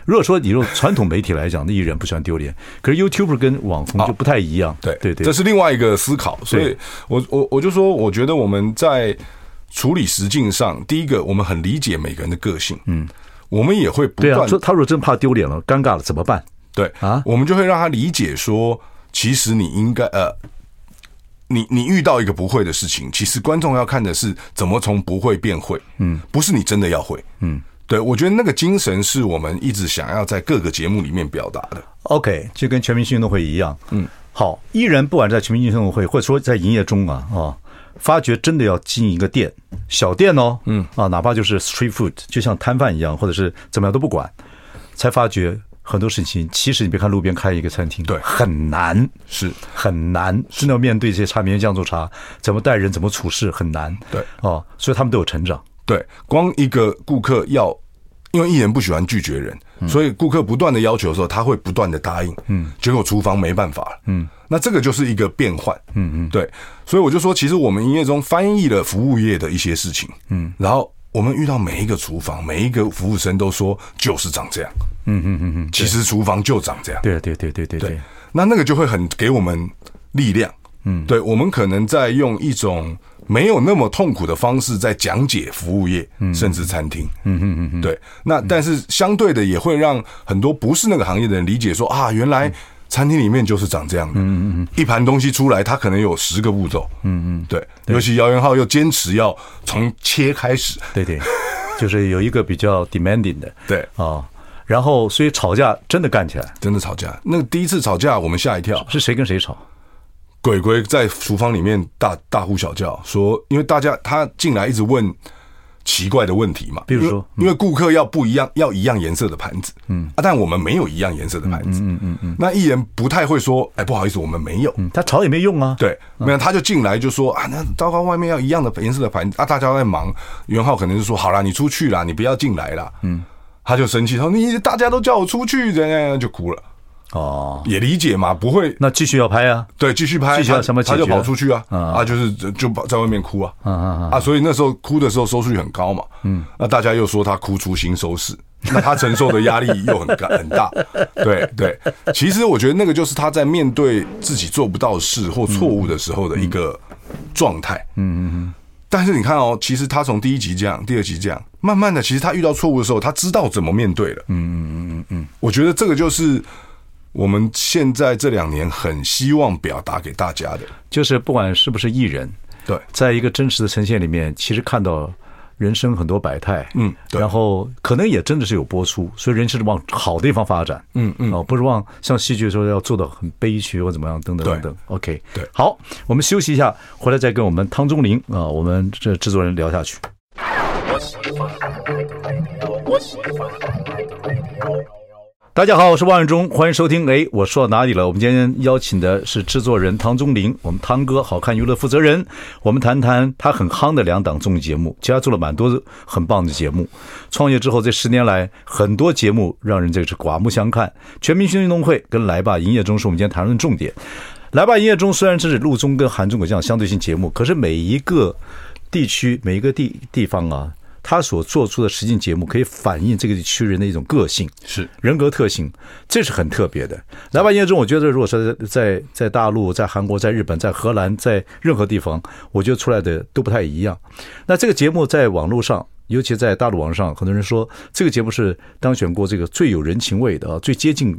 Speaker 1: 如果说你用传统媒体来讲，那艺人不喜欢丢脸，可是 YouTuber 跟网红就不太一样。
Speaker 2: 对
Speaker 1: 对对，
Speaker 2: 这是另外一个思考。所以
Speaker 1: 对
Speaker 2: 我我我就说，我觉得我们在处理实境上，第一个我们很理解每个人的个性，嗯，我们也会不
Speaker 1: 对啊。
Speaker 2: 断
Speaker 1: 说他如果真怕丢脸了，尴尬了怎么办？
Speaker 2: 对
Speaker 1: 啊
Speaker 2: 我们就会让他理解说，其实你应该呃。你你遇到一个不会的事情，其实观众要看的是怎么从不会变会，嗯，不是你真的要会，嗯，对我觉得那个精神是我们一直想要在各个节目里面表达的，
Speaker 1: OK，就跟全明星运动会一样。嗯，好，艺人不管在全明星运动会，或者说在营业中啊啊，发觉真的要经营一个店，小店哦，嗯啊，哪怕就是 street food，就像摊贩一样，或者是怎么样都不管，才发觉很多事情，其实你别看路边开一个餐厅，
Speaker 2: 对
Speaker 1: 很难，
Speaker 2: 是
Speaker 1: 很难，真的要面对这些茶米线酱醋茶，怎么待人，怎么处事，很难。
Speaker 2: 对
Speaker 1: 哦、所以他们都有成长。
Speaker 2: 对，光一个顾客要，因为艺人不喜欢拒绝人，所以顾客不断的要求的时候，他会不断的答应，嗯，结果厨房没办法了，嗯，那这个就是一个变换，嗯嗯，对，所以我就说，其实我们营业中翻译了服务业的一些事情，嗯，然后我们遇到每一个厨房，每一个服务生都说就是长这样，嗯嗯嗯嗯，其实厨房就长这样，
Speaker 1: 对对对对对对
Speaker 2: 对，那那个就会很给我们力量。嗯，对，我们可能在用一种没有那么痛苦的方式在讲解服务业，甚至餐厅。嗯嗯嗯嗯，对。那但是相对的，也会让很多不是那个行业的人理解说啊，原来餐厅里面就是长这样的。嗯嗯嗯，一盘东西出来，它可能有十个步骤。嗯嗯，对。尤其姚元浩又坚持要从切开始。
Speaker 1: 对对，就是有一个比较 demanding 的，
Speaker 2: 对
Speaker 1: 啊，然后所以吵架真的干起来，
Speaker 2: 真的吵架，那个第一次吵架，我们吓一跳。
Speaker 1: 是谁跟谁吵？
Speaker 2: 鬼鬼在厨房里面大大呼小叫，说因为大家他进来一直问奇怪的问题嘛，
Speaker 1: 比如
Speaker 2: 因为
Speaker 1: 说
Speaker 2: 因为顾客要不一样，要一样颜色的盘子，嗯啊，但我们没有一样颜色的盘子，嗯嗯嗯，那艺人不太会说，哎，不好意思，我们没有，
Speaker 1: 嗯他吵也没用啊。，
Speaker 2: 对，没有，他就进来就说啊，那糟糕，外面要一样的颜色的盘子啊，大家都在忙。袁浩可能就说，好啦，你出去啦，你不要进来啦。嗯，他就生气，他说你大家都叫我出去，这样就哭了，
Speaker 1: 哦，
Speaker 2: 也理解嘛，不会
Speaker 1: 那继续要拍啊。
Speaker 2: 对，继续拍，
Speaker 1: 继续要
Speaker 2: 他
Speaker 1: 想办法
Speaker 2: 他就
Speaker 1: 解决
Speaker 2: 跑出去啊，
Speaker 1: 嗯
Speaker 2: 啊，就是就就跑在外面哭啊，
Speaker 1: 嗯嗯
Speaker 2: 啊，所以那时候哭的时候收视率很高嘛，嗯，那大家又说他哭出新收视，那他承受的压力又很 [laughs] 大很大，对对，其实我觉得那个就是他在面对自己做不到事或错误的时候的一个状态，嗯嗯嗯。但是你看哦，其实他从第一集这样，第二集这样，慢慢的，其实他遇到错误的时候，他知道怎么面对了，嗯我觉得这个就是我们现在这两年很希望表达给大家的。
Speaker 1: 就是不管是不是艺人，
Speaker 2: 对，
Speaker 1: 在一个真实的呈现里面，其实看到人生很多百态，
Speaker 2: 嗯对
Speaker 1: 然后可能也真的是有播出，所以人是往好的地方发展，嗯嗯，哦，不是往像戏剧说要做的很悲剧或怎么样等等
Speaker 2: 对
Speaker 1: 等等，OK，
Speaker 2: 对
Speaker 1: 好，我们休息一下，回来再跟我们汤中林啊、我们这制作人聊下去。大家好，我是万永忠，欢迎收听。哎，我说到哪里了？我们今天邀请的是制作人汤宗林，我们汤哥好看娱乐负责人。我们谈谈他很夯的两档综艺节目，其实他做了蛮多很棒的节目。创业之后这十年来，很多节目让人这个是刮目相看。全明星运动会跟来吧营业中是我们今天谈论的重点。来吧营业中虽然这是陆中跟韩中国这样相对性节目，可是每一个地区、每一个地地方啊，他所做出的实境节目可以反映这个地区人的一种个性。
Speaker 2: 是
Speaker 1: 人格特性，这是很特别的。来吧，业中，我觉得如果说在在在大陆、在韩国、在日本、在荷兰、在任何地方，我觉得出来的都不太一样。那这个节目在网络上，尤其在大陆网上，很多人说这个节目是当选过这个最有人情味的啊，最接近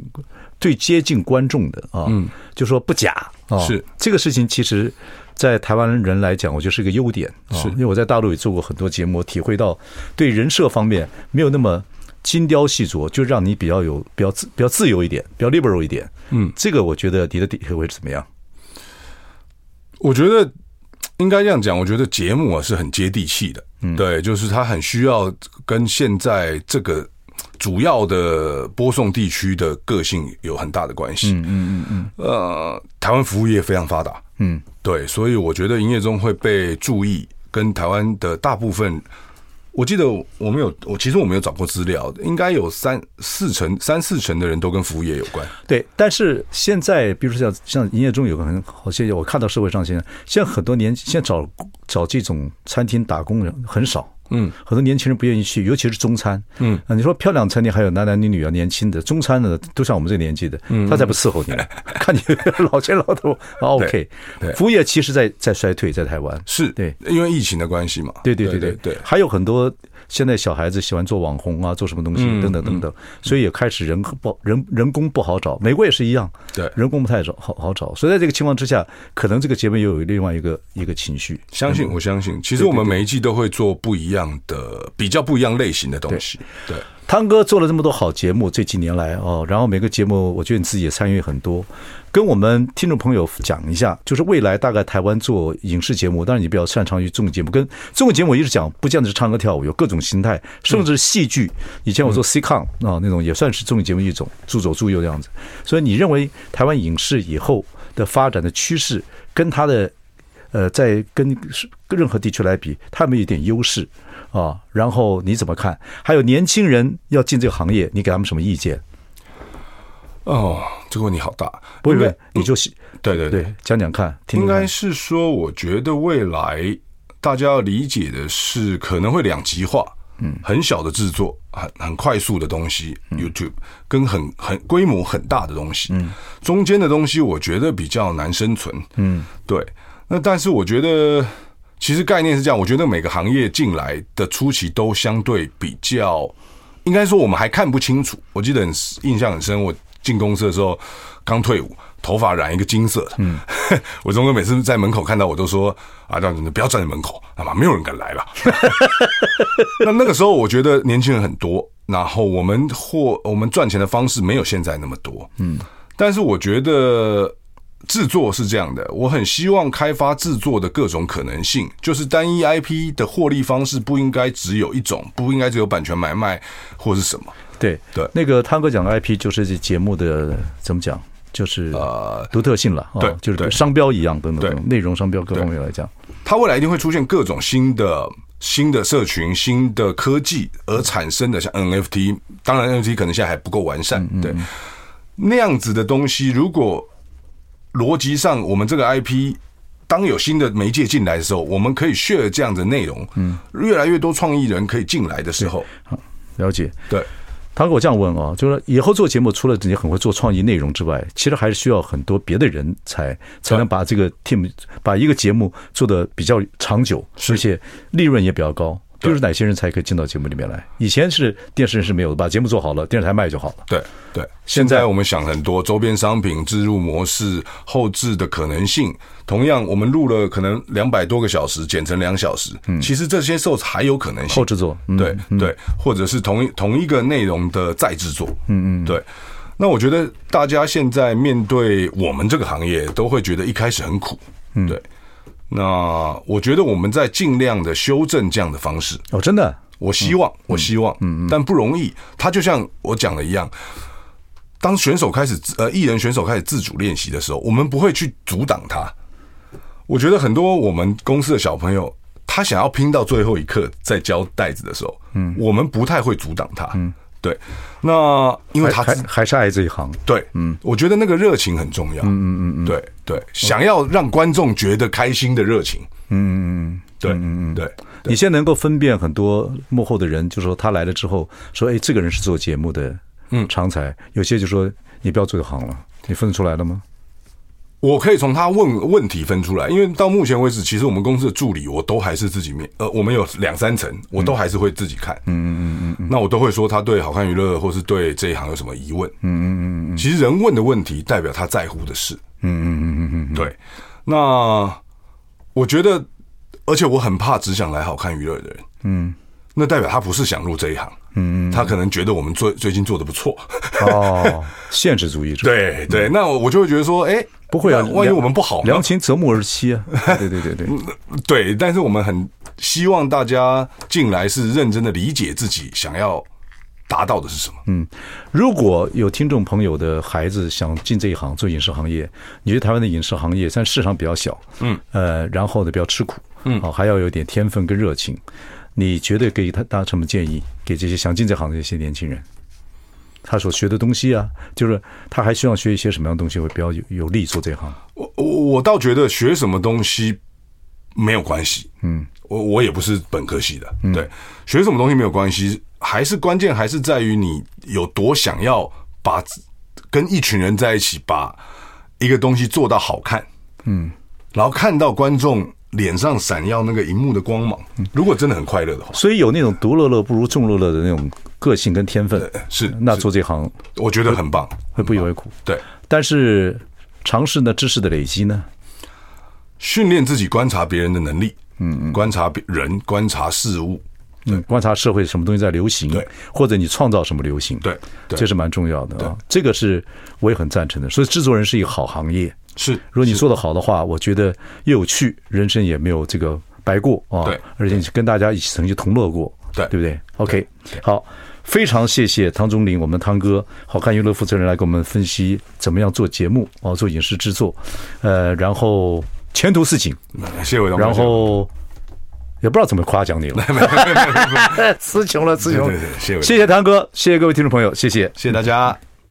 Speaker 1: 最接近观众的啊，嗯，就说不假啊，
Speaker 2: 是
Speaker 1: 这个事情其实。在台湾人来讲，我觉得是一个优点，啊
Speaker 2: 是
Speaker 1: 因为我在大陆也做过很多节目，我体会到对人设方面没有那么精雕细琢，就让你比较有比较自比较自由一点，比较 liberal 一点。
Speaker 2: 嗯，
Speaker 1: 这个我觉得你的体会是怎么样？
Speaker 2: 我觉得应该这样讲，我觉得节目啊是很接地气的，
Speaker 1: 嗯
Speaker 2: 对，就是它很需要跟现在这个主要的播送地区的个性有很大的关系。嗯嗯嗯。呃，台湾服务业非常发达，
Speaker 1: 嗯，
Speaker 2: 对，所以我觉得营业中会被注意，跟台湾的大部分。我记得我们有，我其实我们有找过资料，应该有三四成、三四成的人都跟服务业有关。
Speaker 1: 对，但是现在，比如说像像营业中有个很好现象，我看到社会上现在，现在很多年现在找找这种餐厅打工人很少。
Speaker 2: 嗯，
Speaker 1: 很多年轻人不愿意去，尤其是中餐。
Speaker 2: 嗯
Speaker 1: 啊，你说漂亮餐厅还有男男女女啊，年轻的中餐的都像我们这个年纪的，他才不伺候你呢， [laughs] 看你老前老头。啊 OK，
Speaker 2: 嗯对
Speaker 1: 服务业其实在在衰退，在台湾。
Speaker 2: 是
Speaker 1: 对，
Speaker 2: 因为疫情的关系嘛。
Speaker 1: 对对对
Speaker 2: 对
Speaker 1: 对
Speaker 2: 对，嗯
Speaker 1: 还有很多现在小孩子喜欢做网红啊，做什么东西等等等等，所以也开始人不人人工不好找，美国也是一样，
Speaker 2: 对
Speaker 1: 人工不太找好好找，所以在这个情况之下，可能这个节目又有另外一个一个情绪，嗯
Speaker 2: 相信我相信，其实我们每一季都会做不一样的、比较不一样类型的东西。对，
Speaker 1: 汤哥做了这么多好节目，这几年来哦，然后每个节目，我觉得你自己也参与很多，跟我们听众朋友讲一下，就是未来大概台湾做影视节目，当然你比较擅长于综艺节目，跟综艺节目我一直讲，不见得是唱歌跳舞，有各种形态，甚至是戏剧。以前我做 C con 啊、那种也算是综艺节目一种，助左助右这样子。所以你认为台湾影视以后的发展的趋势，跟它的呃，在跟是跟任何地区来比，他们有一点优势啊。然后你怎么看？还有年轻人要进这个行业，你给他们什么意见？
Speaker 2: 哦，这个问题好大。
Speaker 1: 不会
Speaker 2: 应
Speaker 1: 不
Speaker 2: 该
Speaker 1: 会，你就是
Speaker 2: 对对对，
Speaker 1: 对讲讲看，听
Speaker 2: 应
Speaker 1: 听看
Speaker 2: 该是说，我觉得未来大家要理解的是，可能会两极化。嗯，很小的制作，很很快速的东西，YouTube 跟很很规模很大的东西，嗯，中间的东西我觉得比较难生存，嗯，对。那但是我觉得，其实概念是这样，我觉得每个行业进来的初期都相对比较，应该说我们还看不清楚。我记得很印象很深，我进公司的时候刚退伍，头发染一个金色的，嗯， [laughs] 我忠哥每次在门口看到我都说啊，让你不要站在门口，啊妈，没有人敢来了。 [laughs] 那那个时候我觉得年轻人很多，然后我们或我们赚钱的方式没有现在那么多，嗯，但是我觉得制作是这样的，我很希望开发制作的各种可能性，就是单一 IP 的获利方式不应该只有一种，不应该只有版权买卖或是什么，
Speaker 1: 对
Speaker 2: 对
Speaker 1: 那个汤哥讲的 IP 就是这节目的怎么讲，就是
Speaker 2: 呃，
Speaker 1: 独特性了，啊
Speaker 2: 对
Speaker 1: 就是
Speaker 2: 对
Speaker 1: 商标一样等等
Speaker 2: 对
Speaker 1: 等等内容商标各方面来讲，
Speaker 2: 它未来一定会出现各种新的。新的社群、新的科技而产生的，像 NFT，当然 NFT 可能现在还不够完善，对那样子的东西，如果逻辑上，我们这个 IP 当有新的媒介进来的时候，我们可以 share 这样的内容，嗯，越来越多创意人可以进来的时候，
Speaker 1: 了解。
Speaker 2: 对，
Speaker 1: 他给我这样问啊，就是说以后做节目，除了你很会做创意内容之外，其实还是需要很多别的人才才能把这个 team 把一个节目做得比较长久，而且利润也比较高。
Speaker 2: 对
Speaker 1: 就是哪些人才可以进到节目里面来？以前是电视是没有的，把节目做好了，电视台卖就好了。
Speaker 2: 对对，现在我们想很多周边商品、植入模式、后置的可能性。同样，我们录了可能两百多个小时，剪成两小时，其实这些时候还有可能性
Speaker 1: 嗯后。制作，嗯，
Speaker 2: 对对，或者是同一同一个内容的再制作，嗯嗯，对。那我觉得大家现在面对我们这个行业，都会觉得一开始很苦，嗯，对。那我觉得我们在尽量的修正这样的方式，
Speaker 1: 哦，真的，
Speaker 2: 嗯我希望，我希望，嗯嗯，但不容易。它就像我讲的一样，当选手开始自呃艺人选手开始自主练习的时候，我们不会去阻挡他。我觉得很多我们公司的小朋友，他想要拼到最后一刻，在教袋子的时候，嗯，我们不太会阻挡他，嗯，对。那因为他
Speaker 1: 还
Speaker 2: 自
Speaker 1: 还是爱这一行，
Speaker 2: 对，嗯，我觉得那个热情很重要，嗯嗯嗯，对对，想要让观众觉得开心的热情，嗯嗯嗯，对，嗯嗯对，
Speaker 1: 你现在能够分辨很多幕后的人，就说他来了之后，说哎，这个人是做节目的，嗯，常才。有些就说你不要做这行了，你分得出来了吗？
Speaker 2: 我可以从他问问题分出来，因为到目前为止，其实我们公司的助理我都还是自己面，呃，我们有两三层，我都还是会自己看，嗯嗯嗯嗯，那我都会说他对好看娱乐或是对这一行有什么疑问，嗯嗯嗯嗯，其实人问的问题代表他在乎的事，嗯嗯嗯嗯嗯，对，那我觉得，而且我很怕只想来好看娱乐的人，嗯，那代表他不是想入这一行，嗯嗯，他可能觉得我们最最近做的不错，
Speaker 1: 哦， [laughs] 现实主义者，
Speaker 2: [laughs] 对对，那我我就会觉得说，哎，
Speaker 1: 不会啊，
Speaker 2: 那万一我们不好呢，
Speaker 1: 良禽择木而
Speaker 2: [laughs]
Speaker 1: 栖啊！对对对对，
Speaker 2: 对，但是我们很希望大家进来是认真的理解自己想要达到的是什么。
Speaker 1: 嗯，如果有听众朋友的孩子想进这一行做影视行业，你觉得台湾的影视行业，但市场比较小，嗯，呃，然后呢比较吃苦，嗯，好、还要有点天分跟热情。你觉得给他他什么建议？给这些想进这行的这些年轻人，他所学的东西啊，就是他还希望学一些什么样的东西会比较有有利做这行？
Speaker 2: 我我我倒觉得学什么东西没有关系，嗯，我我也不是本科系的，对，学什么东西没有关系，还是关键还是在于你有多想要把跟一群人在一起，把一个东西做到好看，嗯，然后看到观众脸上闪耀那个荧幕的光芒，如果真的很快乐的话，
Speaker 1: 所以有那种独乐乐不如众乐乐的那种个性跟天分，
Speaker 2: 呃是
Speaker 1: 那
Speaker 2: 是
Speaker 1: 做这行
Speaker 2: 我觉得很棒，
Speaker 1: 会不以为苦。
Speaker 2: 对。
Speaker 1: 但是尝试呢，知识的累积呢，
Speaker 2: 训练自己观察别人的能力，嗯嗯，观察别人，观察事物，
Speaker 1: 嗯，观察社会什么东西在流行，
Speaker 2: 对，
Speaker 1: 或者你创造什么流行，
Speaker 2: 对对
Speaker 1: 这是蛮重要的啊。这个是我也很赞成的。所以制作人是一个好行业，
Speaker 2: 是
Speaker 1: 如果你做得好的话，我觉得又有趣，人生也没有这个白过啊。
Speaker 2: 对
Speaker 1: 而且你跟大家一起曾经同乐过，
Speaker 2: 对
Speaker 1: 对不对？OK，好，非常谢谢汤中林，我们汤哥，好看娱乐负责人来给我们分析怎么样做节目啊，做影视制作，呃，然后前途似锦，
Speaker 2: 谢谢伟东哥，
Speaker 1: 然后。也不知道怎么夸奖你了， [laughs] 词穷了，词穷了
Speaker 2: 对对对谢谢。
Speaker 1: 谢谢汤哥，谢谢各位听众朋友，谢谢。
Speaker 2: 谢谢大家。